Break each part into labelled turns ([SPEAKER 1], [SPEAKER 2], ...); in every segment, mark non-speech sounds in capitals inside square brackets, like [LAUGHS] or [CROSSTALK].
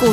[SPEAKER 1] 股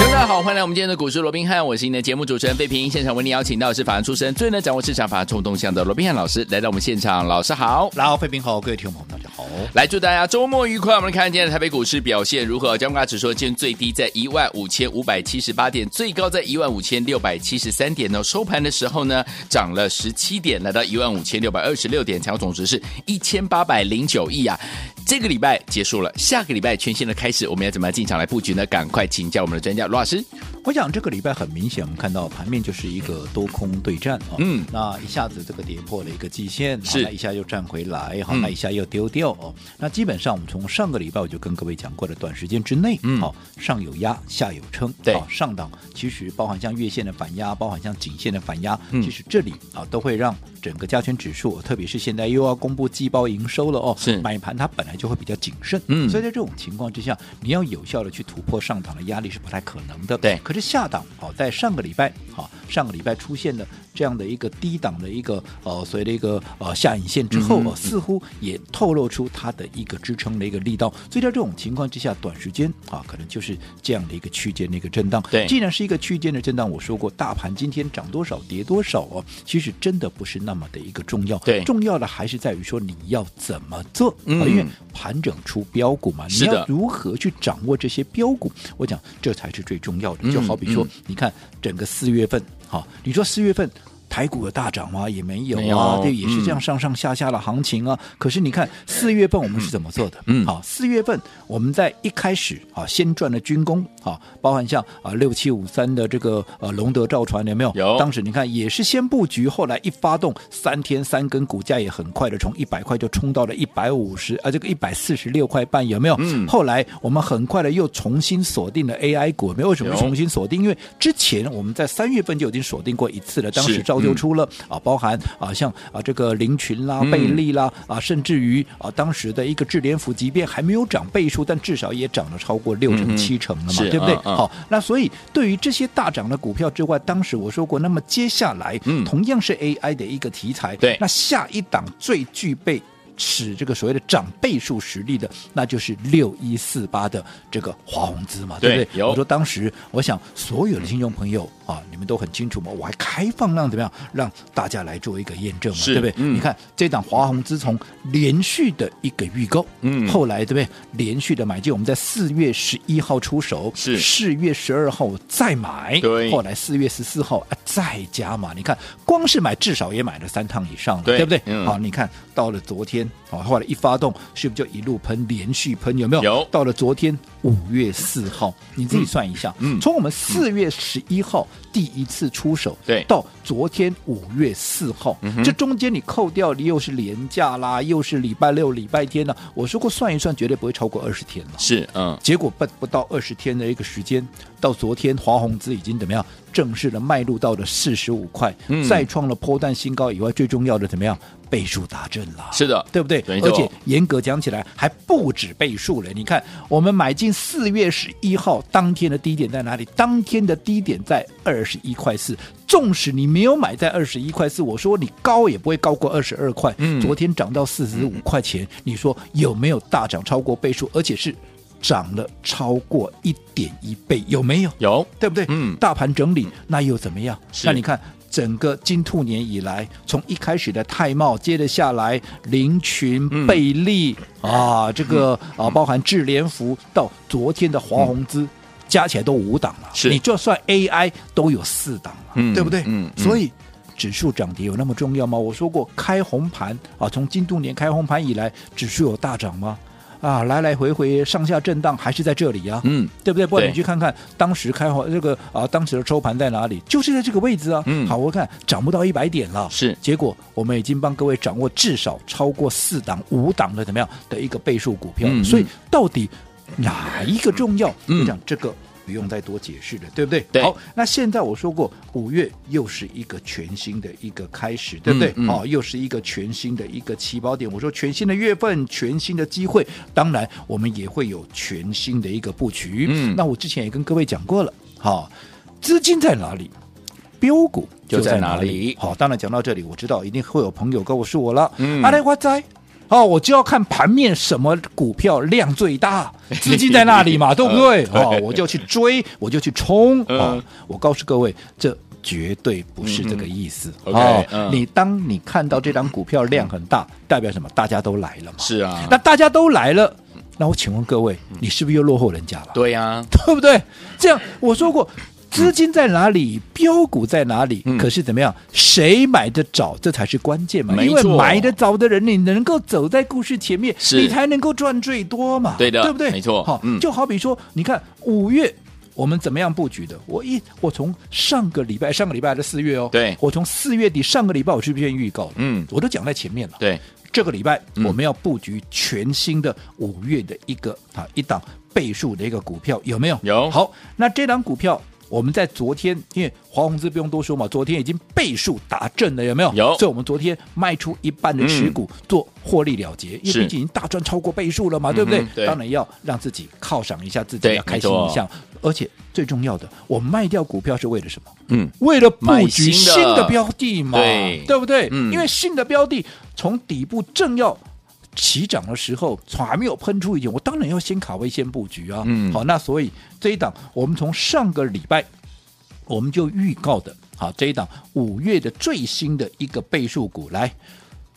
[SPEAKER 2] 大家好，欢迎来我们今天的股市罗宾汉，我是你的节目主持人费平。现场为你邀请到的是法案出身、最能掌握市场法案冲动向的罗宾汉老师，来到我们现场。老师好，
[SPEAKER 3] 然后，费平好，各位听众朋友们，大家好。
[SPEAKER 2] 来祝大家周末愉快。我们看今天的台北股市表现如何？加权指数今天最低在一万五千五百七十八点，最高在一万五千六百七十三点呢。收盘的时候呢，涨了十七点，来到一万五千六百二十六点，成交总值是一千八百零九亿啊。这个礼拜结束了，下个礼拜全新的开始，我们要怎么样进场来布局呢？赶快请教我们的专家罗老师。
[SPEAKER 3] 我想这个礼拜很明显，我们看到盘面就是一个多空对战啊、
[SPEAKER 2] 嗯
[SPEAKER 3] 那一下子这个跌破了一个季线，好
[SPEAKER 2] 是
[SPEAKER 3] 那一下又站回来，好，
[SPEAKER 2] 嗯
[SPEAKER 3] 那一下又丢掉哦。那基本上我们从上个礼拜我就跟各位讲过了，短时间之内，
[SPEAKER 2] 嗯
[SPEAKER 3] 好、上有压，下有撑，
[SPEAKER 2] 对
[SPEAKER 3] 好上档其实包含像月线的反压，包含像颈线的反压，
[SPEAKER 2] 嗯
[SPEAKER 3] 其实这里啊都会让整个加权指数，特别是现在又要公布季报营收了哦，
[SPEAKER 2] 是
[SPEAKER 3] 买盘它本来就会比较谨慎，
[SPEAKER 2] 嗯
[SPEAKER 3] 所以在这种情况之下，你要有效的去突破上档的压力是不太可能的，
[SPEAKER 2] 对
[SPEAKER 3] 可是下档好、在上个礼拜好、上个礼拜出现了这样的一个低档的一个呃所谓的一个呃下影线之后、
[SPEAKER 2] 嗯
[SPEAKER 3] 呃似乎也透露出它的一个支撑的一个力道，所以在这种情况之下，短时间啊、可能就是这样的一个区间的一个震荡。
[SPEAKER 2] 对
[SPEAKER 3] 既然是一个区间的震荡，我说过大盘今天涨多少跌多少哦，其实真的不是那么的一个重要，
[SPEAKER 2] 对
[SPEAKER 3] 重要的还是在于说你要怎么做，啊
[SPEAKER 2] 嗯
[SPEAKER 3] 因为盘整出标股嘛，你
[SPEAKER 2] 是的
[SPEAKER 3] 要如何去掌握这些标股？我讲这才是最重要的。就
[SPEAKER 2] 嗯
[SPEAKER 3] 好比说，
[SPEAKER 2] 嗯
[SPEAKER 3] 你看整个四月份，好，你说四月份。台股有大涨吗？也没有啊，
[SPEAKER 2] 没有
[SPEAKER 3] 对，也是这
[SPEAKER 2] 嗯
[SPEAKER 3] 样上上下下的行情啊。可是你看四月份我们是怎么做的？
[SPEAKER 2] 嗯
[SPEAKER 3] 好，四月份我们在一开始啊，先赚了军工啊，包含像啊六七五三的这个呃龙德造船有没有？
[SPEAKER 2] 有
[SPEAKER 3] 当时你看也是先布局，后来一发动三天三根，股价也很快的从一百块就冲到了一百五十啊，这个一百四十六块半有没有？
[SPEAKER 2] 嗯
[SPEAKER 3] 后来我们很快的又重新锁定了 AI 股，有没有？为什么
[SPEAKER 2] 有
[SPEAKER 3] 重新锁定？因为之前我们在三月份就已经锁定过一次了，当
[SPEAKER 2] 是
[SPEAKER 3] 时造
[SPEAKER 2] 嗯
[SPEAKER 3] 就出了、啊，包含啊像啊这个林群啦、
[SPEAKER 2] 嗯
[SPEAKER 3] 贝利啦啊，甚至于啊当时的一个智联福，即便还没有涨倍数，但至少也涨了超过六
[SPEAKER 2] 嗯哼
[SPEAKER 3] 成七成了嘛，
[SPEAKER 2] 是
[SPEAKER 3] 对不对？
[SPEAKER 2] 嗯嗯
[SPEAKER 3] 好，那所以对于这些大涨的股票之外，当时我说过，那么接下来、
[SPEAKER 2] 嗯
[SPEAKER 3] 同样是 AI 的一个题材，
[SPEAKER 2] 对
[SPEAKER 3] 那下一档最具备。使这个所谓的涨倍数实力的，那就是六一四八的这个华宏资嘛，对
[SPEAKER 2] 对
[SPEAKER 3] 不对？
[SPEAKER 2] 有
[SPEAKER 3] 我说当时，我想所有的听众朋友啊，你们都很清楚嘛，我还开放让怎么样，让大家来做一个验证嘛，
[SPEAKER 2] 是
[SPEAKER 3] 对不对？
[SPEAKER 2] 嗯
[SPEAKER 3] 你看这档华宏资从连续的一个预购，
[SPEAKER 2] 嗯
[SPEAKER 3] 后来对不对？连续的买进，我们在四月十一号出手，
[SPEAKER 2] 是
[SPEAKER 3] 四月十二号再买，
[SPEAKER 2] 对
[SPEAKER 3] 后来四月十四号、啊、再加嘛，你看光是买至少也买了三趟以上了，
[SPEAKER 2] 对
[SPEAKER 3] 不对？
[SPEAKER 2] 嗯
[SPEAKER 3] 好，你看到了昨天，好，后来一发动，是不是就一路喷，连续喷，有没有？
[SPEAKER 2] 有
[SPEAKER 3] 到了昨天五月四号，你自己算一下，
[SPEAKER 2] 嗯嗯
[SPEAKER 3] 从我们四月十一号第一次出手，
[SPEAKER 2] 对
[SPEAKER 3] 到昨天五月四号，这中间你扣掉，你又是连假啦，又是礼拜六、礼拜天呢、我说过算一算，绝对不会超过二十天了。
[SPEAKER 2] 是，嗯，
[SPEAKER 3] 结果不不到二十天的一个时间，到昨天华宏资已经怎么样正式的迈入到了四十五块，
[SPEAKER 2] 嗯
[SPEAKER 3] 再创了波段新高以外，最重要的怎么样倍数达阵了。
[SPEAKER 2] 是的，
[SPEAKER 3] 对不对
[SPEAKER 2] 没？错
[SPEAKER 3] 而且严格讲起来还不止倍数了。你看，我们买进四月十一号当天的低点在哪里？当天的低点在二十一块四。纵使你没有买在二十一块四，我说你高也不会高过二十二块。
[SPEAKER 2] 嗯
[SPEAKER 3] 昨天涨到四十五块钱，你说有没有大涨超过倍数？而且是涨了超过一点一倍，有没有？
[SPEAKER 2] 有，
[SPEAKER 3] 对不对？
[SPEAKER 2] 嗯
[SPEAKER 3] 大盘整理那又怎么样？
[SPEAKER 2] 是
[SPEAKER 3] 那你看整个金兔年以来，从一开始的泰茂，接着下来林群、
[SPEAKER 2] 嗯
[SPEAKER 3] 贝利啊，这个啊，包含智联福到昨天的华宏资。加起来都五档了，
[SPEAKER 2] 嗯是
[SPEAKER 3] 你就算 AI 都有四档了，
[SPEAKER 2] 嗯
[SPEAKER 3] 对不对？
[SPEAKER 2] 嗯嗯
[SPEAKER 3] 所以指数涨跌有那么重要吗？我说过开红盘啊，从金兔年开红盘以来，指数有大涨吗？啊，来来回回上下震荡还是在这里啊，
[SPEAKER 2] 嗯，
[SPEAKER 3] 对不对？不然
[SPEAKER 2] 对
[SPEAKER 3] 你去看看当时开盘这个啊、当时的收盘在哪里？就是在这个位置啊。
[SPEAKER 2] 嗯
[SPEAKER 3] 好，我看涨不到一百点了。
[SPEAKER 2] 是
[SPEAKER 3] 结果我们已经帮各位掌握至少超过四档、五档的怎么样的一个倍数股票了，
[SPEAKER 2] 嗯
[SPEAKER 3] 所以
[SPEAKER 2] 嗯
[SPEAKER 3] 到底哪一个重要？
[SPEAKER 2] 嗯
[SPEAKER 3] 我讲这个不用再多解释了，对不对？
[SPEAKER 2] 对
[SPEAKER 3] 好，那现在我说过，五月又是一个全新的一个开始，对不对？
[SPEAKER 2] 嗯嗯
[SPEAKER 3] 哦，又是一个全新的一个起跑点。我说全新的月份，全新的机会，当然我们也会有全新的一个布局。
[SPEAKER 2] 嗯
[SPEAKER 3] 那我之前也跟各位讲过了，好、资金在哪里？标股
[SPEAKER 2] 就在哪
[SPEAKER 3] 哪
[SPEAKER 2] 里
[SPEAKER 3] 好，当然讲到这里，我知道一定会有朋友告诉我了，
[SPEAKER 2] 嗯
[SPEAKER 3] 阿雷瓜仔。哦，我就要看盘面什么股票量最
[SPEAKER 2] [LAUGHS]
[SPEAKER 3] 大，资金在那里嘛，对不对？哦，我就去追，我就去冲。哦
[SPEAKER 2] 嗯，
[SPEAKER 3] 我告诉各位，这绝对不是这个意思。
[SPEAKER 2] 嗯哼 OK，嗯
[SPEAKER 3] 哦，你当你看到这张股票量很大，代表什么？大家都来了嘛。
[SPEAKER 2] 是啊
[SPEAKER 3] 那，大家都来了，那我请问各位，你是不是又落后人家了？
[SPEAKER 2] 对啊
[SPEAKER 3] [LAUGHS]
[SPEAKER 2] 呀，
[SPEAKER 3] 对不对？这样我说过，资金在哪里，标股在哪里，
[SPEAKER 2] 嗯
[SPEAKER 3] 可是怎么样，谁买得早，这才是关键嘛。
[SPEAKER 2] 没
[SPEAKER 3] 因为
[SPEAKER 2] 错
[SPEAKER 3] 买得早的人，你能够走在故事前面，
[SPEAKER 2] 是
[SPEAKER 3] 你才能够赚最多嘛。
[SPEAKER 2] 对的
[SPEAKER 3] 对不对？
[SPEAKER 2] 没错
[SPEAKER 3] 好
[SPEAKER 2] 嗯，
[SPEAKER 3] 就好比说，你看五月。我们怎么样布局的？我一我从上个礼拜，上个礼拜还是四月哦，
[SPEAKER 2] 对
[SPEAKER 3] 我从四月底上个礼拜我是不是先预告了？
[SPEAKER 2] 嗯
[SPEAKER 3] 我都讲在前面了。
[SPEAKER 2] 对，
[SPEAKER 3] 这个礼拜
[SPEAKER 2] 嗯
[SPEAKER 3] 我们要布局全新的五月的一个啊一档倍数的一个股票，有没有？
[SPEAKER 2] 有
[SPEAKER 3] 好，那这档股票。我们在昨天，因为华虹资不用多说嘛，昨天已经倍数达阵了，有没有？
[SPEAKER 2] 有嗯
[SPEAKER 3] 所以我们昨天卖出一半的持股、做获利了结，因为
[SPEAKER 2] 是
[SPEAKER 3] 毕竟已经大赚超过倍数了嘛，对不对
[SPEAKER 2] 嗯哼？对
[SPEAKER 3] 当然要让自己犒赏一下自己，
[SPEAKER 2] 对
[SPEAKER 3] 要开心
[SPEAKER 2] 没错
[SPEAKER 3] 一下。而且最重要的，我卖掉股票是为了什么？
[SPEAKER 2] 嗯，
[SPEAKER 3] 为了布
[SPEAKER 2] 买新
[SPEAKER 3] 局
[SPEAKER 2] 的
[SPEAKER 3] 新的标的嘛，
[SPEAKER 2] 对
[SPEAKER 3] 不对？
[SPEAKER 2] 嗯
[SPEAKER 3] 因为新的标的从底部正要。起涨的时候，还没有喷出以前，我当然要先卡位、先布局啊。
[SPEAKER 2] 嗯
[SPEAKER 3] 好，那所以这一档，我们从上个礼拜我们就预告的，好，这一档五月的最新的一个倍数股来，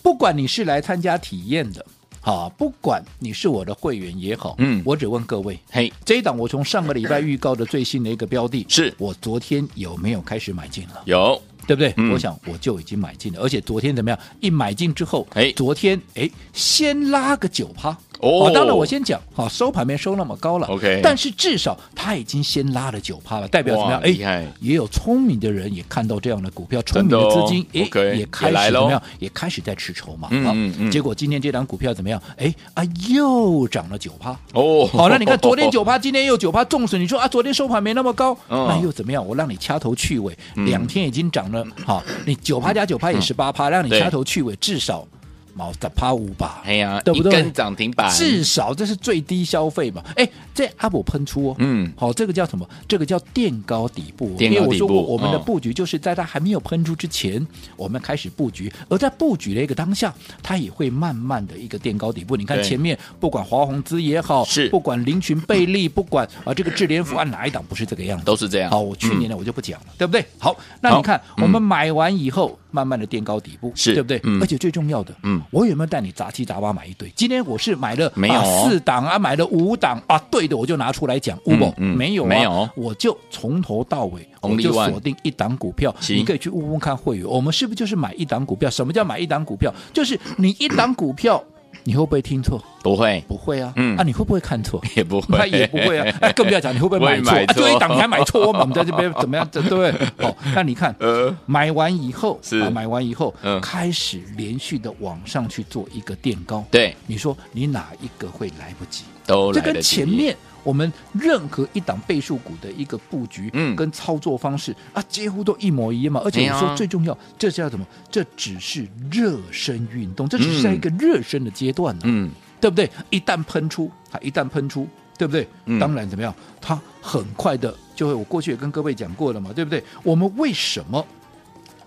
[SPEAKER 3] 不管你是来参加体验的，好，不管你是我的会员也好，
[SPEAKER 2] 嗯
[SPEAKER 3] 我只问各位，
[SPEAKER 2] 嘿，
[SPEAKER 3] 这一档我从上个礼拜预告的最新的一个标的，
[SPEAKER 2] 是
[SPEAKER 3] 我昨天有没有开始买进了？
[SPEAKER 2] 有，
[SPEAKER 3] 对不对？
[SPEAKER 2] 嗯
[SPEAKER 3] 我想我就已经买进了，而且昨天怎么样？一买进之后，
[SPEAKER 2] 哎
[SPEAKER 3] 昨天哎，先拉个九趴。
[SPEAKER 2] 哦
[SPEAKER 3] 当然我先讲，好、收盘没收那么高了
[SPEAKER 2] OK
[SPEAKER 3] 但是至少它已经先拉了九趴了，代表怎么样？哎
[SPEAKER 2] 哇厉害
[SPEAKER 3] 也有聪明的人也看到这样的股票，聪
[SPEAKER 2] 真
[SPEAKER 3] 明
[SPEAKER 2] 的
[SPEAKER 3] 的
[SPEAKER 2] 哦
[SPEAKER 3] 资金，哎、
[SPEAKER 2] OK，
[SPEAKER 3] 也开
[SPEAKER 2] 也来
[SPEAKER 3] 始
[SPEAKER 2] 咯
[SPEAKER 3] 怎么样？也开始在吃筹码
[SPEAKER 2] 嗯
[SPEAKER 3] 好
[SPEAKER 2] 嗯嗯
[SPEAKER 3] 结果今天这档股票怎么样？哎啊，又涨了九趴。
[SPEAKER 2] 哦，
[SPEAKER 3] [LAUGHS] 好，那你看昨
[SPEAKER 2] [LAUGHS]
[SPEAKER 3] 天九趴，今天又九趴，纵使你说啊，昨天收盘没那么高，
[SPEAKER 2] 嗯
[SPEAKER 3] 那又怎么样？我让你掐头去尾，两天已经涨了，好，你九趴加九趴也十八趴，让你
[SPEAKER 2] 对
[SPEAKER 3] 掐头去尾，至少毛十趴五吧，
[SPEAKER 2] 哎呀，
[SPEAKER 3] 对不对
[SPEAKER 2] 一根涨停板，
[SPEAKER 3] 至少这是最低消费嘛。哎，这阿伯喷出哦，
[SPEAKER 2] 嗯
[SPEAKER 3] 好，这个叫什么？这个叫垫高底部哦。
[SPEAKER 2] 垫高
[SPEAKER 3] 因为我
[SPEAKER 2] 底
[SPEAKER 3] 说过，
[SPEAKER 2] 部
[SPEAKER 3] 我们的
[SPEAKER 2] 嗯
[SPEAKER 3] 布局就是在它还没有喷出之前，我们开始布局，而在布局的一个当下，它也会慢慢的一个垫高底部。你看
[SPEAKER 2] 对
[SPEAKER 3] 前面不管华宏资也好，
[SPEAKER 2] 是
[SPEAKER 3] 不管林群贝利，不管啊这个智联福啊哪一档不是这个样子？
[SPEAKER 2] 都是这样。
[SPEAKER 3] 好，我去年
[SPEAKER 2] 嗯
[SPEAKER 3] 呢我就不讲了，对不对？好，那
[SPEAKER 2] 好
[SPEAKER 3] 你看
[SPEAKER 2] 嗯
[SPEAKER 3] 我们买完以后，慢慢的垫高底部，
[SPEAKER 2] 是
[SPEAKER 3] 对不对
[SPEAKER 2] 嗯？
[SPEAKER 3] 而且最重要的，
[SPEAKER 2] 嗯
[SPEAKER 3] 我有没有带你杂七杂八买一堆？今天我是买了
[SPEAKER 2] 没有
[SPEAKER 3] 啊
[SPEAKER 2] 哦
[SPEAKER 3] 四档啊，买了五档啊，对的我就拿出来讲，五宝
[SPEAKER 2] 嗯
[SPEAKER 3] 没有啊
[SPEAKER 2] 没有
[SPEAKER 3] 我就从头到尾
[SPEAKER 2] Only
[SPEAKER 3] 我就
[SPEAKER 2] one
[SPEAKER 3] 锁定一档股票，
[SPEAKER 2] 行
[SPEAKER 3] 你可以去问问看会员，我们是不是就是买一档股票？什么叫买一档股票？就是你一档股票，你会不会听错？
[SPEAKER 2] 不会，
[SPEAKER 3] 不会啊，
[SPEAKER 2] 嗯
[SPEAKER 3] 啊你会不会看错？
[SPEAKER 2] 也不会，
[SPEAKER 3] 那也不会啊，那更不要讲你会不会买错，
[SPEAKER 2] 会买
[SPEAKER 3] 啊，
[SPEAKER 2] 错
[SPEAKER 3] 就一档你还买错，我们在这边怎么样？对不对？好，那你看，
[SPEAKER 2] 呃
[SPEAKER 3] 买完以后
[SPEAKER 2] 是
[SPEAKER 3] 啊，买完以后
[SPEAKER 2] 嗯
[SPEAKER 3] 开始连续的往上去做一个垫高，
[SPEAKER 2] [LAUGHS] 对，
[SPEAKER 3] 你说你哪一个会来不及？
[SPEAKER 2] 都
[SPEAKER 3] 这
[SPEAKER 2] 来
[SPEAKER 3] 跟
[SPEAKER 2] 得及
[SPEAKER 3] 前面我们任何一档倍数股的一个布局，
[SPEAKER 2] 嗯
[SPEAKER 3] 跟操作方式啊，几乎都一模一样嘛。而
[SPEAKER 2] 哎
[SPEAKER 3] 且
[SPEAKER 2] 呀
[SPEAKER 3] 我说最重要，这是要怎么？这只是热身运动，这只是在一个热身的阶段呢、
[SPEAKER 2] 嗯，
[SPEAKER 3] 对不对？一旦喷出，它一旦喷出，对不对？
[SPEAKER 2] 嗯
[SPEAKER 3] 当然怎么样，它很快的就会。我过去也跟各位讲过了嘛，对不对？我们为什么？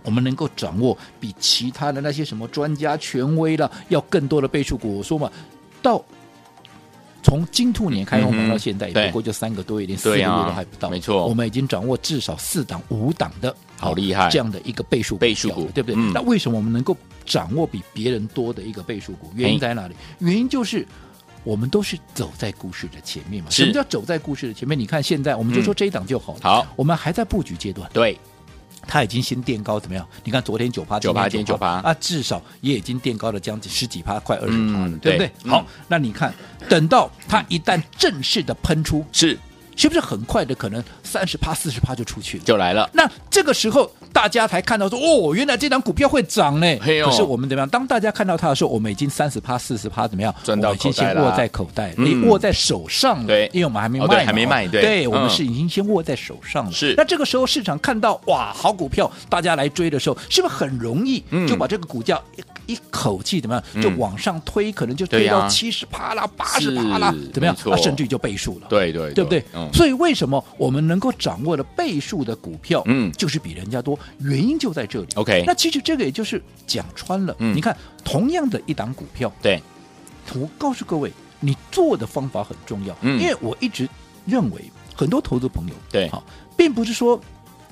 [SPEAKER 3] 我们能够掌握比其他的那些什么专家权威了要更多的倍数股，我说嘛，到从金兔年开红
[SPEAKER 2] 嗯
[SPEAKER 3] 盘
[SPEAKER 2] 哼
[SPEAKER 3] 到现在，也
[SPEAKER 2] 对
[SPEAKER 3] 不过就三个多月，连四个
[SPEAKER 2] 对
[SPEAKER 3] 月
[SPEAKER 2] 啊
[SPEAKER 3] 都还不到，
[SPEAKER 2] 没错
[SPEAKER 3] 我们已经掌握至少四档、五档的，
[SPEAKER 2] 好厉害
[SPEAKER 3] 这样的一个倍数股
[SPEAKER 2] 倍数
[SPEAKER 3] 票了
[SPEAKER 2] 股
[SPEAKER 3] 对不对？
[SPEAKER 2] 嗯
[SPEAKER 3] 那为什么我们能够掌握比别人多的一个倍数股？原因
[SPEAKER 2] 嘿
[SPEAKER 3] 在哪里？原因就是。我们都是走在故事的前面嘛？
[SPEAKER 2] 是
[SPEAKER 3] 什么叫走在故事的前面？你看现在，我们就说
[SPEAKER 2] 嗯
[SPEAKER 3] 这一档就好了。
[SPEAKER 2] 好，
[SPEAKER 3] 我们还在布局阶段，
[SPEAKER 2] 对，
[SPEAKER 3] 它已经先垫高怎么样？你看昨天九
[SPEAKER 2] 9%
[SPEAKER 3] 趴，今
[SPEAKER 2] 今天9%
[SPEAKER 3] 啊，至少也已经垫高了将近十几趴，快二十趴了
[SPEAKER 2] 嗯，
[SPEAKER 3] 对不
[SPEAKER 2] 对
[SPEAKER 3] 对？
[SPEAKER 2] 嗯
[SPEAKER 3] 好，那你看，等到它一旦正式的喷出，
[SPEAKER 2] 是
[SPEAKER 3] 是不是很快的可能三十趴、四十趴就出去了？
[SPEAKER 2] 就来了，
[SPEAKER 3] 那这个时候大家才看到说，哦，原来这张股票会涨呢。
[SPEAKER 2] 嘿哦
[SPEAKER 3] 可是我们怎么样？当大家看到它的时候，我们已经三十趴、四十趴怎么样？
[SPEAKER 2] 赚到
[SPEAKER 3] 我们已经
[SPEAKER 2] 口袋
[SPEAKER 3] 先
[SPEAKER 2] 啦
[SPEAKER 3] 握在口袋，
[SPEAKER 2] 嗯
[SPEAKER 3] 你、握在手上了。
[SPEAKER 2] 对
[SPEAKER 3] 因为我们还没卖
[SPEAKER 2] 哦
[SPEAKER 3] 嘛、
[SPEAKER 2] 对还没卖对
[SPEAKER 3] 我
[SPEAKER 2] 嗯
[SPEAKER 3] 们是已经先握在手上了。
[SPEAKER 2] 是
[SPEAKER 3] 那这个时候市场看到哇，好股票，大家来追的时候，是不是很容易
[SPEAKER 2] 嗯
[SPEAKER 3] 就把这个股价一一口气怎么样就
[SPEAKER 2] 嗯
[SPEAKER 3] 往上推？可能就
[SPEAKER 2] 对
[SPEAKER 3] 推
[SPEAKER 2] 呀
[SPEAKER 3] 到七十趴啦、八十趴啦
[SPEAKER 2] 是，
[SPEAKER 3] 怎么样
[SPEAKER 2] 没？错
[SPEAKER 3] 啊，甚至于就倍数了。
[SPEAKER 2] 对对
[SPEAKER 3] 对不对？
[SPEAKER 2] 嗯，
[SPEAKER 3] 所以为什么我们能够掌握的倍数的股票，
[SPEAKER 2] 嗯
[SPEAKER 3] 就是比人家多，原因就在这里。
[SPEAKER 2] OK
[SPEAKER 3] 那其实这个也就是讲穿了，
[SPEAKER 2] 嗯
[SPEAKER 3] 你看同样的一档股票，
[SPEAKER 2] 对，
[SPEAKER 3] 我告诉各位，你做的方法很重要，
[SPEAKER 2] 嗯
[SPEAKER 3] 因为我一直认为很多投资朋友
[SPEAKER 2] 对
[SPEAKER 3] 好、并不是说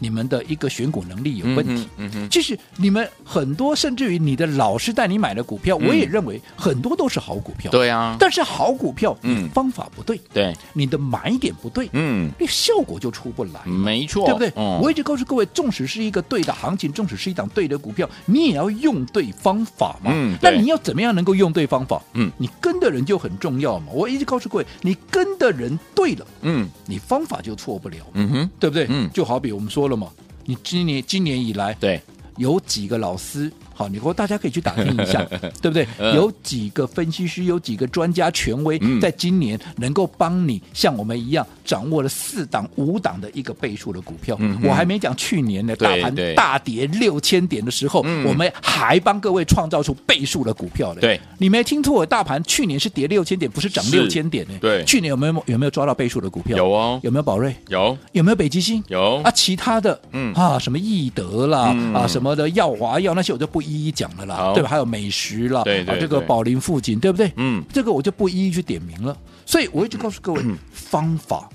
[SPEAKER 3] 你们的一个选股能力有问题。
[SPEAKER 2] 嗯哼，嗯哼，
[SPEAKER 3] 就是你们很多，甚至于你的老师带你买的股票，
[SPEAKER 2] 嗯
[SPEAKER 3] 我也认为很多都是好股票。，
[SPEAKER 2] 对啊，
[SPEAKER 3] 但是好股票，
[SPEAKER 2] 嗯
[SPEAKER 3] 你方法不对，
[SPEAKER 2] 对，
[SPEAKER 3] 你的买点不对，
[SPEAKER 2] 嗯，
[SPEAKER 3] 那效果就出不来，
[SPEAKER 2] 没错，
[SPEAKER 3] 对不对？
[SPEAKER 2] 嗯
[SPEAKER 3] 我一直告诉各位，纵使是一个对的行情，纵使是一档对的股票，你也要用对方法嘛。
[SPEAKER 2] 嗯
[SPEAKER 3] 那
[SPEAKER 2] 对
[SPEAKER 3] 你要怎么样能够用对方法？
[SPEAKER 2] 嗯
[SPEAKER 3] 你跟的人就很重要嘛。我一直告诉各位，你跟的人对了，
[SPEAKER 2] 嗯
[SPEAKER 3] 你方法就错不了嘛，
[SPEAKER 2] 嗯哼，
[SPEAKER 3] 对不对？
[SPEAKER 2] 嗯
[SPEAKER 3] 就好比我们说了嘛，你今年今年以来，
[SPEAKER 2] 对，
[SPEAKER 3] 有几个老师，好，你给我大家可以去打听一
[SPEAKER 2] [LAUGHS]
[SPEAKER 3] 下，对不对？
[SPEAKER 2] 嗯
[SPEAKER 3] 有几个分析师，有几个专家权威
[SPEAKER 2] 嗯，
[SPEAKER 3] 在今年能够帮你像我们一样掌握了四档、五档的一个倍数的股票。
[SPEAKER 2] 嗯哼
[SPEAKER 3] 我还没讲去年的大
[SPEAKER 2] 对
[SPEAKER 3] 盘
[SPEAKER 2] 对
[SPEAKER 3] 大跌六千点的时候，
[SPEAKER 2] 嗯
[SPEAKER 3] 我们还帮各位创造出倍数的股票嘞。
[SPEAKER 2] 对，
[SPEAKER 3] 你没听错，大盘去年是跌六千点，不是涨
[SPEAKER 2] 是
[SPEAKER 3] 六千点呢。
[SPEAKER 2] 对
[SPEAKER 3] 去年有没有有没有抓到倍数的股票？
[SPEAKER 2] 有哦，
[SPEAKER 3] 有没有宝瑞？
[SPEAKER 2] 有
[SPEAKER 3] 有没有北极星？
[SPEAKER 2] 有
[SPEAKER 3] 啊，，其他的，
[SPEAKER 2] 嗯
[SPEAKER 3] 啊，什么易德啦，
[SPEAKER 2] 嗯
[SPEAKER 3] 啊，什么的耀华药那些我就不一一讲了啦
[SPEAKER 2] 好，
[SPEAKER 3] 对吧？还有美食啦，
[SPEAKER 2] 对对
[SPEAKER 3] 啊，这个
[SPEAKER 2] 对
[SPEAKER 3] 宝林富锦，对不对？
[SPEAKER 2] 嗯，
[SPEAKER 3] 这个我就不一一去点名了。所以我一直告诉各位， [CLEARS THROAT] 方法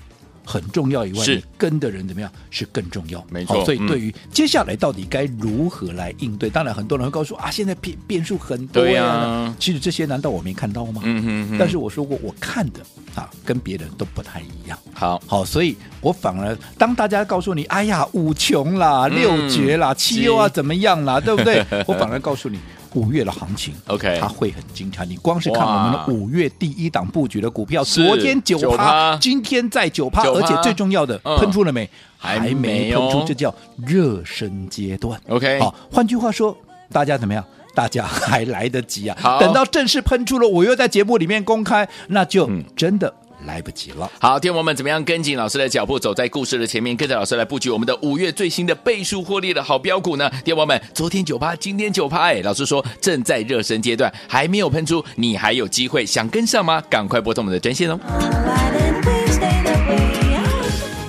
[SPEAKER 3] 很重要以外，
[SPEAKER 2] 是
[SPEAKER 3] 你跟的人怎么样是更重要，
[SPEAKER 2] 没错
[SPEAKER 3] 好所以
[SPEAKER 2] 嗯
[SPEAKER 3] 对于接下来到底该如何来应对，当然很多人会告诉我啊，现在变变数很多
[SPEAKER 2] 对
[SPEAKER 3] 呀、
[SPEAKER 2] 呀
[SPEAKER 3] 其实这些难道我没看到吗？
[SPEAKER 2] 嗯哼哼，
[SPEAKER 3] 但是我说过，我看的啊跟别人都不太一样。
[SPEAKER 2] 好，
[SPEAKER 3] 好，所以我反而当大家告诉你，哎呀，五穷啦，
[SPEAKER 2] 嗯
[SPEAKER 3] 六绝啦，七
[SPEAKER 2] 是
[SPEAKER 3] 优啊，怎么样
[SPEAKER 2] [LAUGHS]
[SPEAKER 3] 啦，对不对？我反而告诉你，五月的行情
[SPEAKER 2] OK
[SPEAKER 3] 它会很精彩。你光是看
[SPEAKER 2] 哇
[SPEAKER 3] 我们的五月第一档布局的股票，
[SPEAKER 2] 是
[SPEAKER 3] 昨天九
[SPEAKER 2] 9%
[SPEAKER 3] 趴，今天在九趴，
[SPEAKER 2] 9%
[SPEAKER 3] 而且最重要的
[SPEAKER 2] 嗯，
[SPEAKER 3] 喷出了没？
[SPEAKER 2] 还
[SPEAKER 3] 还
[SPEAKER 2] 没
[SPEAKER 3] 没
[SPEAKER 2] 哦
[SPEAKER 3] 喷出，这叫热身阶段。
[SPEAKER 2] OK
[SPEAKER 3] 好，换句话说，大家怎么样？大家还来得及
[SPEAKER 2] 好
[SPEAKER 3] 啊！等到正式喷出了，我又在节目里面公开，那就
[SPEAKER 2] 嗯
[SPEAKER 3] 真的来不及了。
[SPEAKER 2] 好，天王们怎么样跟紧老师的脚步，走在故事的前面，跟着老师来布局我们的五月最新的倍数获利的好标股呢？天王们，昨天九趴，今天九趴，哎，老师说正在热身阶段，还没有喷出，你还有机会，想跟上吗？赶快拨通我们的专线哦。
[SPEAKER 4] Why did we stay that way? I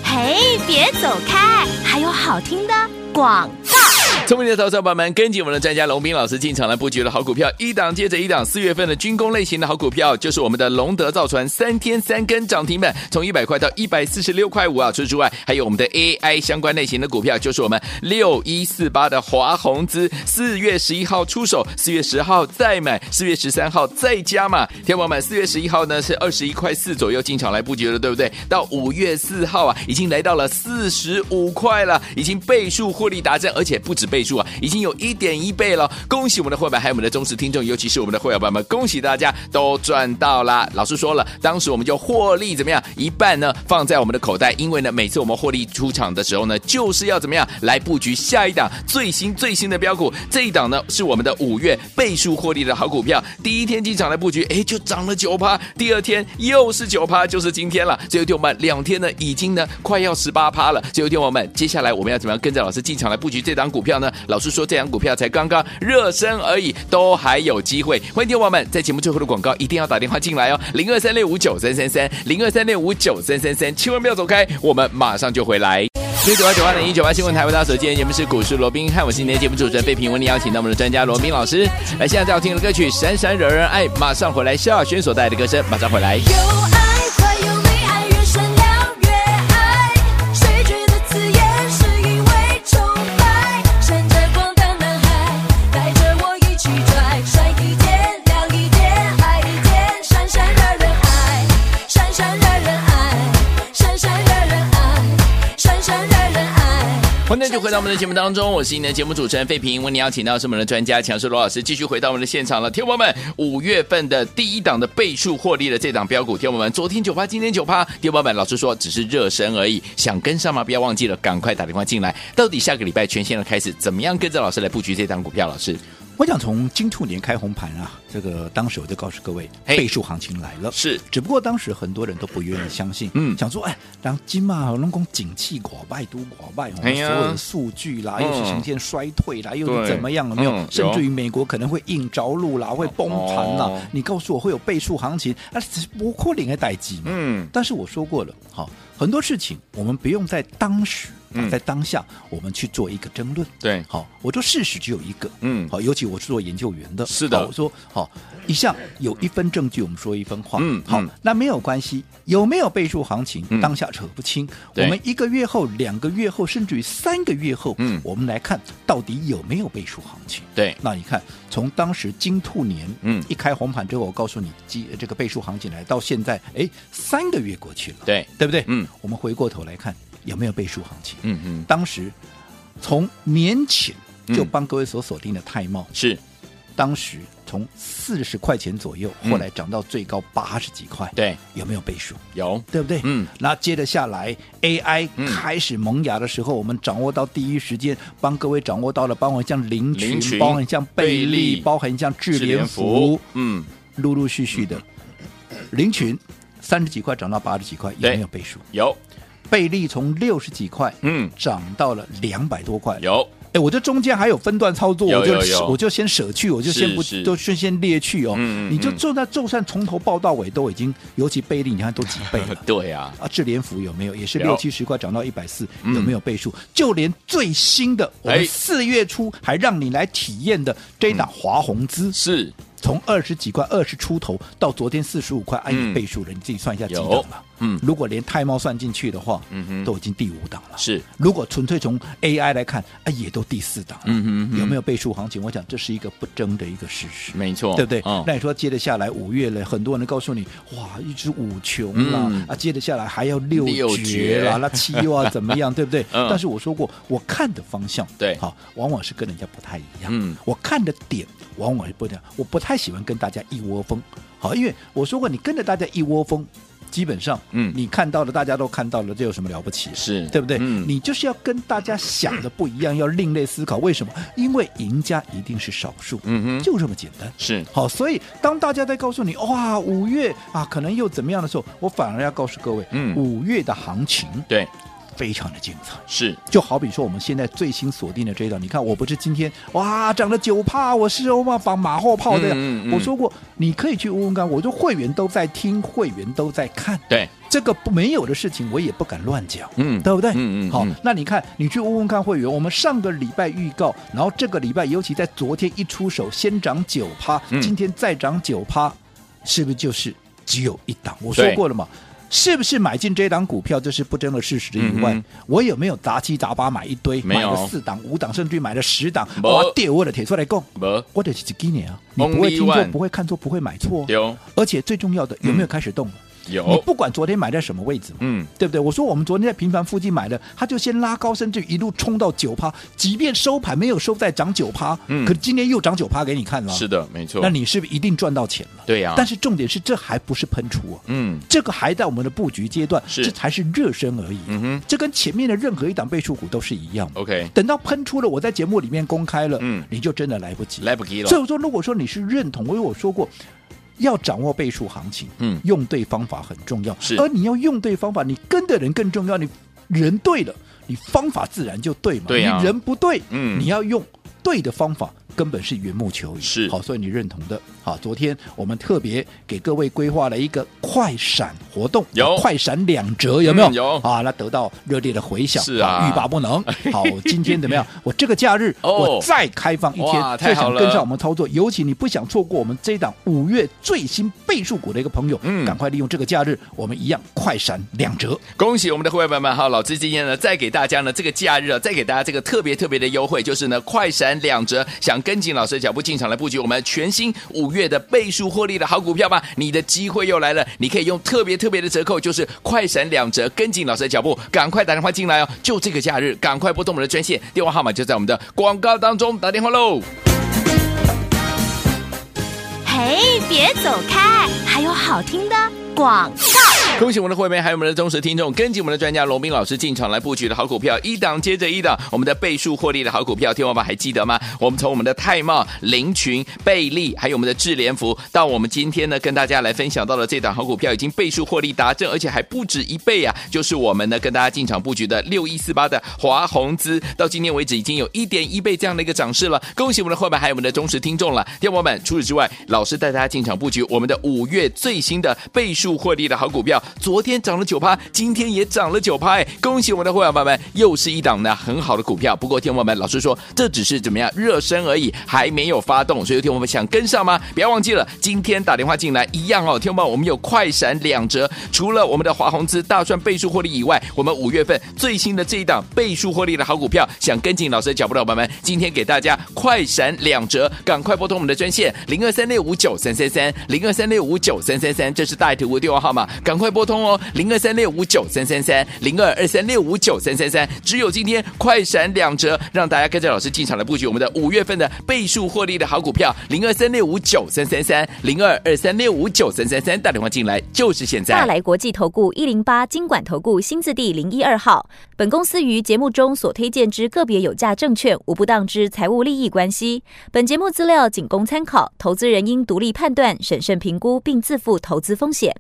[SPEAKER 1] 嘿，别走开，还有好听的广。
[SPEAKER 2] 聪明的投资者朋友们，跟紧我们的专家龙斌老师进场来布局了好股票，一档接着一档。四月份的军工类型的好股票就是我们的龙德造船，三天三根涨停板，从一百块到一百四十六块五啊。除此之外，还有我们的 AI 相关类型的股票，就是我们六一四八的华宏资，四月十一号出手，四月十号再买，四月十三号再加码。天王们，四月十一号呢是二十一块四左右进场来布局了，对不对？到五月四号啊，已经来到了四十五块了，已经倍数获利达阵，而且不止倍数啊，已经有一点一倍了。恭喜我们的会员，还有我们的忠实听众，尤其是我们的会员朋友们，恭喜大家都赚到啦！老师说了，当时我们就获利怎么样，一半呢放在我们的口袋，因为呢每次我们获利出场的时候呢，就是要怎么样来布局下一档最新最新的标股。这一档呢是我们的五月倍数获利的好股票，第一天进场来布局，哎就涨了九趴，第二天又是九趴，就是今天了。所以天我们两天呢已经呢快要十八趴了。所以天我们接下来我们要怎么样跟着老师进场来布局这档股票呢？老师说这档股票才刚刚热身而已，都还有机会。欢迎听我们在节目最后的广告一定要打电话进来哦，零二三六五九三三三，零二三六五九三三三，千万不要走开，我们马上就回来。九九八九八零一九八新闻台为大家所见，节目是股市罗宾汉，我是今天的节目主持人费平，为您邀请到我们的专家罗宾老师。来，现在要听的歌曲《闪闪惹人爱》，马上回来，萧亚轩所带来的歌声，马上回来。
[SPEAKER 4] 有爱，快有你爱，越闪亮越爱。谁觉得刺眼，是因为崇拜。闪着光的男孩，带着我一起拽，闪一点，亮一点，爱一点，闪闪惹人爱，闪闪惹人爱，闪闪惹人爱，闪闪惹人爱，
[SPEAKER 2] 欢迎就回到我们的节目当中，我是你的节目主持人费平。为你邀请到是我们的专家强叔罗老师，继续回到我们的现场了。天友们，五月份的第一档的倍数获利的这档标股，天友们，昨天九趴，今天九趴。天友们，老师说只是热身而已，想跟上吗？不要忘记了，赶快打电话进来。到底下个礼拜全线的开始，怎么样跟着老师来布局这档股票？老师
[SPEAKER 3] 我想从金兔年开红盘啊，这个当时我就告诉各位，
[SPEAKER 2] 嘿
[SPEAKER 3] 倍数行情来了。
[SPEAKER 2] 是
[SPEAKER 3] 只不过当时很多人都不愿意相信，
[SPEAKER 2] 嗯
[SPEAKER 3] 想说哎，然后金嘛，龙宫景气寡败都寡败，我
[SPEAKER 2] 哎
[SPEAKER 3] 们所
[SPEAKER 2] 呀
[SPEAKER 3] 有的数据啦，
[SPEAKER 2] 嗯
[SPEAKER 3] 又是呈现衰退啦，又
[SPEAKER 2] 对
[SPEAKER 3] 是怎么样了没有
[SPEAKER 2] 嗯？
[SPEAKER 3] 甚至于美国可能会硬着陆啦，会崩盘啦
[SPEAKER 2] 哦。
[SPEAKER 3] 你告诉我会有倍数行情，那只不过领个代机嘛。
[SPEAKER 2] 嗯
[SPEAKER 3] 但是我说过了，好，很多事情我们不用在当时。啊
[SPEAKER 2] 嗯
[SPEAKER 3] 在当下，我们去做一个争论。
[SPEAKER 2] 对
[SPEAKER 3] 好，我说事实只有一个。
[SPEAKER 2] 哎嗯
[SPEAKER 3] 好，尤其我是做研究员的。
[SPEAKER 2] 是的
[SPEAKER 3] 好我说好，一项有一分证据，我们说一分话。
[SPEAKER 2] 嗯
[SPEAKER 3] 好
[SPEAKER 2] 嗯，
[SPEAKER 3] 那没有关系，有没有倍数行情
[SPEAKER 2] 嗯，
[SPEAKER 3] 当下扯不清。我
[SPEAKER 2] 对
[SPEAKER 3] 们一个月后、两个月后，甚至于三个月后，
[SPEAKER 2] 嗯
[SPEAKER 3] 我们来看到底有没有倍数行情。
[SPEAKER 2] 对，
[SPEAKER 3] 那你看，从当时金兔年，
[SPEAKER 2] 嗯
[SPEAKER 3] 一开红盘之后，我告诉你，基这个倍数行情来到现在，哎，三个月过去了，
[SPEAKER 2] 对
[SPEAKER 3] 对不对？
[SPEAKER 2] 嗯，
[SPEAKER 3] 我们回过头来看有没有倍数行情？
[SPEAKER 2] 嗯嗯，
[SPEAKER 3] 当时从年前就
[SPEAKER 2] 嗯
[SPEAKER 3] 帮各位所锁定的泰茂，
[SPEAKER 2] 是
[SPEAKER 3] 当时从四十块钱左右，
[SPEAKER 2] 嗯
[SPEAKER 3] 后来涨到最高八十几块，
[SPEAKER 2] 对，
[SPEAKER 3] 有没有倍数？
[SPEAKER 2] 有，
[SPEAKER 3] 对不对？
[SPEAKER 2] 嗯，
[SPEAKER 3] 那接着下来 AI
[SPEAKER 2] 嗯
[SPEAKER 3] 开始萌芽的时候，我们掌握到第一时间，帮各位掌握到了，包含像林群，
[SPEAKER 2] 林群
[SPEAKER 3] 包含像贝
[SPEAKER 2] 贝利
[SPEAKER 3] 利，包含像智联
[SPEAKER 2] 福
[SPEAKER 3] 福，，
[SPEAKER 2] 嗯，
[SPEAKER 3] 陆陆续续的，林群三十几块涨到八十几块，有
[SPEAKER 2] 对
[SPEAKER 3] 没有倍数？
[SPEAKER 2] 有，
[SPEAKER 3] 贝利从六十几块，
[SPEAKER 2] 嗯，
[SPEAKER 3] 涨到了两百多块，
[SPEAKER 2] 有， [LAUGHS]
[SPEAKER 3] 哎，我这中间还有分段操作，
[SPEAKER 2] 有
[SPEAKER 3] 我
[SPEAKER 2] 有
[SPEAKER 3] 就
[SPEAKER 2] 有
[SPEAKER 3] 我就先舍去，我就是先不
[SPEAKER 2] 是
[SPEAKER 3] 就先先列去哦
[SPEAKER 2] 嗯嗯。
[SPEAKER 3] 你就
[SPEAKER 2] 嗯。
[SPEAKER 3] 就算就算从头报到尾都已经，尤其贝利，你看都几倍了
[SPEAKER 2] [LAUGHS] 对啊，
[SPEAKER 3] 啊，智联福有没有也是
[SPEAKER 2] 有
[SPEAKER 3] 六七十块涨到一百四，
[SPEAKER 2] 嗯
[SPEAKER 3] 有没有倍数？就连最新的，我
[SPEAKER 2] 哎嗯
[SPEAKER 3] 们四月初还让你来体验的这一档华宏资，
[SPEAKER 2] 是
[SPEAKER 3] 从二十几块、二十出头到昨天四十五块，按哎
[SPEAKER 2] 嗯
[SPEAKER 3] 你倍数了，你自己算一下几档
[SPEAKER 2] 有
[SPEAKER 3] 了。
[SPEAKER 2] 嗯
[SPEAKER 3] 如果连泰茂算进去的话，
[SPEAKER 2] 嗯哼
[SPEAKER 3] 都已经第五档了。
[SPEAKER 2] 是，
[SPEAKER 3] 如果纯粹从 AI 来看，啊，也都第四档了。
[SPEAKER 2] 嗯哼嗯哼
[SPEAKER 3] 有没有倍数行情？我想这是一个不争的一个事实。
[SPEAKER 2] 没错，
[SPEAKER 3] 对不对？
[SPEAKER 2] 嗯
[SPEAKER 3] 那你说接着下来五月了，很多人告诉你，哇，一只五穷啦、
[SPEAKER 2] 嗯
[SPEAKER 3] 啊，接着下来还要六
[SPEAKER 2] 六
[SPEAKER 3] 绝
[SPEAKER 2] 绝
[SPEAKER 3] 啦，那七又
[SPEAKER 2] [LAUGHS]
[SPEAKER 3] 要怎么样，对不对？
[SPEAKER 2] 嗯
[SPEAKER 3] 但是我说过，我看的方向
[SPEAKER 2] 对
[SPEAKER 3] 好，往往是跟人家不太一样。
[SPEAKER 2] 嗯
[SPEAKER 3] 我看的点往往是不一样，我不太喜欢跟大家一窝蜂。好，因为我说过，你跟着大家一窝蜂，基本上，
[SPEAKER 2] 嗯
[SPEAKER 3] 你看到的大家都看到了，这有什么了不起？
[SPEAKER 2] 是
[SPEAKER 3] 对不对？
[SPEAKER 2] 嗯
[SPEAKER 3] 你就是要跟大家想的不一样，要另类思考。为什么？因为赢家一定是少数，
[SPEAKER 2] 嗯哼
[SPEAKER 3] 就这么简单。
[SPEAKER 2] 是
[SPEAKER 3] 好，所以当大家在告诉你哇，五月啊可能又怎么样的时候，我反而要告诉各位，
[SPEAKER 2] 嗯
[SPEAKER 3] 五月的行情
[SPEAKER 2] 对，
[SPEAKER 3] 非常的精彩。
[SPEAKER 2] 是，
[SPEAKER 3] 就好比说我们现在最新锁定的这一档，你看我不是今天哇涨了九趴，我是欧巴绑马后炮的，
[SPEAKER 2] 嗯嗯嗯
[SPEAKER 3] 我说过你可以去问问看，我的会员都在听，会员都在看，
[SPEAKER 2] 对，
[SPEAKER 3] 这个不没有的事情我也不敢乱讲，
[SPEAKER 2] 嗯
[SPEAKER 3] 对不对？
[SPEAKER 2] 嗯嗯
[SPEAKER 3] 好
[SPEAKER 2] 嗯，
[SPEAKER 3] 那你看你去问问看会员，我们上个礼拜预告，然后这个礼拜尤其在昨天一出手先涨九趴
[SPEAKER 2] 嗯，
[SPEAKER 3] 今天再涨九趴，是不是就是只有一档？我说过了嘛。是不是买进这档股票，这是不争的事实以外，
[SPEAKER 2] 嗯
[SPEAKER 3] 我有没有杂七杂八买一堆，
[SPEAKER 2] 没
[SPEAKER 3] 买
[SPEAKER 2] 有
[SPEAKER 3] 了四档、五档，甚至于买了十档？
[SPEAKER 2] 没
[SPEAKER 3] 哇，跌我的铁出来供，
[SPEAKER 2] 没
[SPEAKER 3] 我的是几年啊？你不
[SPEAKER 2] Only
[SPEAKER 3] 会听错
[SPEAKER 2] one，
[SPEAKER 3] 不会看错，不会买错哦，
[SPEAKER 2] 有
[SPEAKER 3] 而且最重要的，有没有
[SPEAKER 2] 嗯
[SPEAKER 3] 开始动了？你
[SPEAKER 2] 有，
[SPEAKER 3] 不管昨天买在什么位置嘛，
[SPEAKER 2] 嗯，
[SPEAKER 3] 对不对？我说我们昨天在平盘附近买的，它就先拉高，甚至一路冲到九趴，即便收盘没有收在涨九趴，
[SPEAKER 2] 嗯
[SPEAKER 3] 可是今天又涨九趴给你看了，
[SPEAKER 2] 是，的，没错，啊
[SPEAKER 3] 那你是不是一定赚到钱了？
[SPEAKER 2] 对呀
[SPEAKER 3] 但是重点是这还不是喷出啊，
[SPEAKER 2] 嗯，
[SPEAKER 3] 这个还在我们的布局阶段，
[SPEAKER 2] 是
[SPEAKER 3] 这才是热身而已。
[SPEAKER 2] 嗯哼
[SPEAKER 3] 这跟前面的任何一档倍数股都是一样的。
[SPEAKER 2] ，OK，
[SPEAKER 3] 等到喷出了，我在节目里面公开了，
[SPEAKER 2] 嗯
[SPEAKER 3] 你就真的来不及了。
[SPEAKER 2] 来不及了
[SPEAKER 3] 所，以我说，如果说你是认同，因为我说过。要掌握倍数行情，
[SPEAKER 2] 嗯
[SPEAKER 3] 用对方法很重要。
[SPEAKER 2] 是
[SPEAKER 3] 而你要用对方法，你跟的人更重要。你人对了，你方法自然就对嘛。
[SPEAKER 2] 对呀
[SPEAKER 3] 你人不对，
[SPEAKER 2] 嗯
[SPEAKER 3] 你要用对的方法，根本是缘木求鱼。
[SPEAKER 2] 是
[SPEAKER 3] 好，所以你认同的。好，昨天我们特别给各位规划了一个快闪活动，
[SPEAKER 2] 有
[SPEAKER 3] 快闪两折，有没有？
[SPEAKER 2] 嗯有
[SPEAKER 3] 啊，那得到热烈的
[SPEAKER 2] [LAUGHS]
[SPEAKER 3] 回响，
[SPEAKER 2] 是啊
[SPEAKER 3] 欲罢不能。好，我今天怎么样？我这个假日
[SPEAKER 2] 哦
[SPEAKER 3] 我再开放一
[SPEAKER 2] 哇
[SPEAKER 3] 天，
[SPEAKER 2] 太
[SPEAKER 3] 再
[SPEAKER 2] 好
[SPEAKER 3] 想
[SPEAKER 2] 了
[SPEAKER 3] 跟上我们操作，尤其你不想错过我们这一档五月最新倍数股的一个朋友，
[SPEAKER 2] 嗯
[SPEAKER 3] 赶快利用这个假日，我们一样快闪两折。
[SPEAKER 2] 恭喜我们的会员朋友们哈！老师今天呢，再给大家呢这个假日啊，再给大家这个特别特别的优惠，就是呢快闪两折。想跟紧老师的脚步进场来布局我们全新五月的倍数获利的好股票吗？你的机会又来了，你可以用特别特别的折扣，就是快闪两折，跟紧老师的脚步，赶快打电话进来哦！就这个假日，赶快拨动我们的专线，电话号码就在我们的广告当中，打电话喽！
[SPEAKER 1] 嘿，别走开，还有好听的广告。
[SPEAKER 2] [LAUGHS] 恭喜我们的会员，还有我们的忠实听众，跟紧我们的专家龙斌老师进场来布局的好股票，一档接着一档，我们的倍数获利的好股票，天王们还记得吗？我们从我们的泰茂、林群、贝利，还有我们的智联福，到我们今天呢，跟大家来分享到的这档好股票，已经倍数获利达阵，而且还不止一倍啊！就是我们呢跟大家进场布局的六一四八的华宏资，到今天为止已经有一点一倍这样的一个涨势了。恭喜我们的会员，还有我们的忠实听众了，天王们。除此之外，老师带大家进场布局我们的五月最新的倍数获利的好股票。昨天涨了九趴，今天也涨了九趴，哎，恭喜我们的会员朋友们，又是一档呢很好的股票。不过，天友们，老师说这只是怎么样热身而已，还没有发动，所以天友们想跟上吗？不要忘记了，今天打电话进来一样哦，天友们，我们有快闪两折，除了我们的华宏资大赚倍数获利以外，我们五月份最新的这一档倍数获利的好股票，想跟进老师的脚步的伙伴们，今天给大家快闪两折，赶快拨通我们的专线零二三六五九三三三零二三六五九三三三，这是大爱图的电话号码，赶快拨通哦，零二三六五九三三三零二二三六五九三三三，只有今天快闪两折，让大家跟着老师进场来布局我们的五月份的倍数获利的好股票，零二三六五九三三三零二二三六五九三三三，打电话进来就是现在
[SPEAKER 5] 大。来国际投顾一零八金管投顾新字第零一二号。本公司于节目中所推荐之个别有价证券，无不当之财务利益关系。本节目资料仅供参考，投资人应独立判断、审慎评估，并自负投资风险。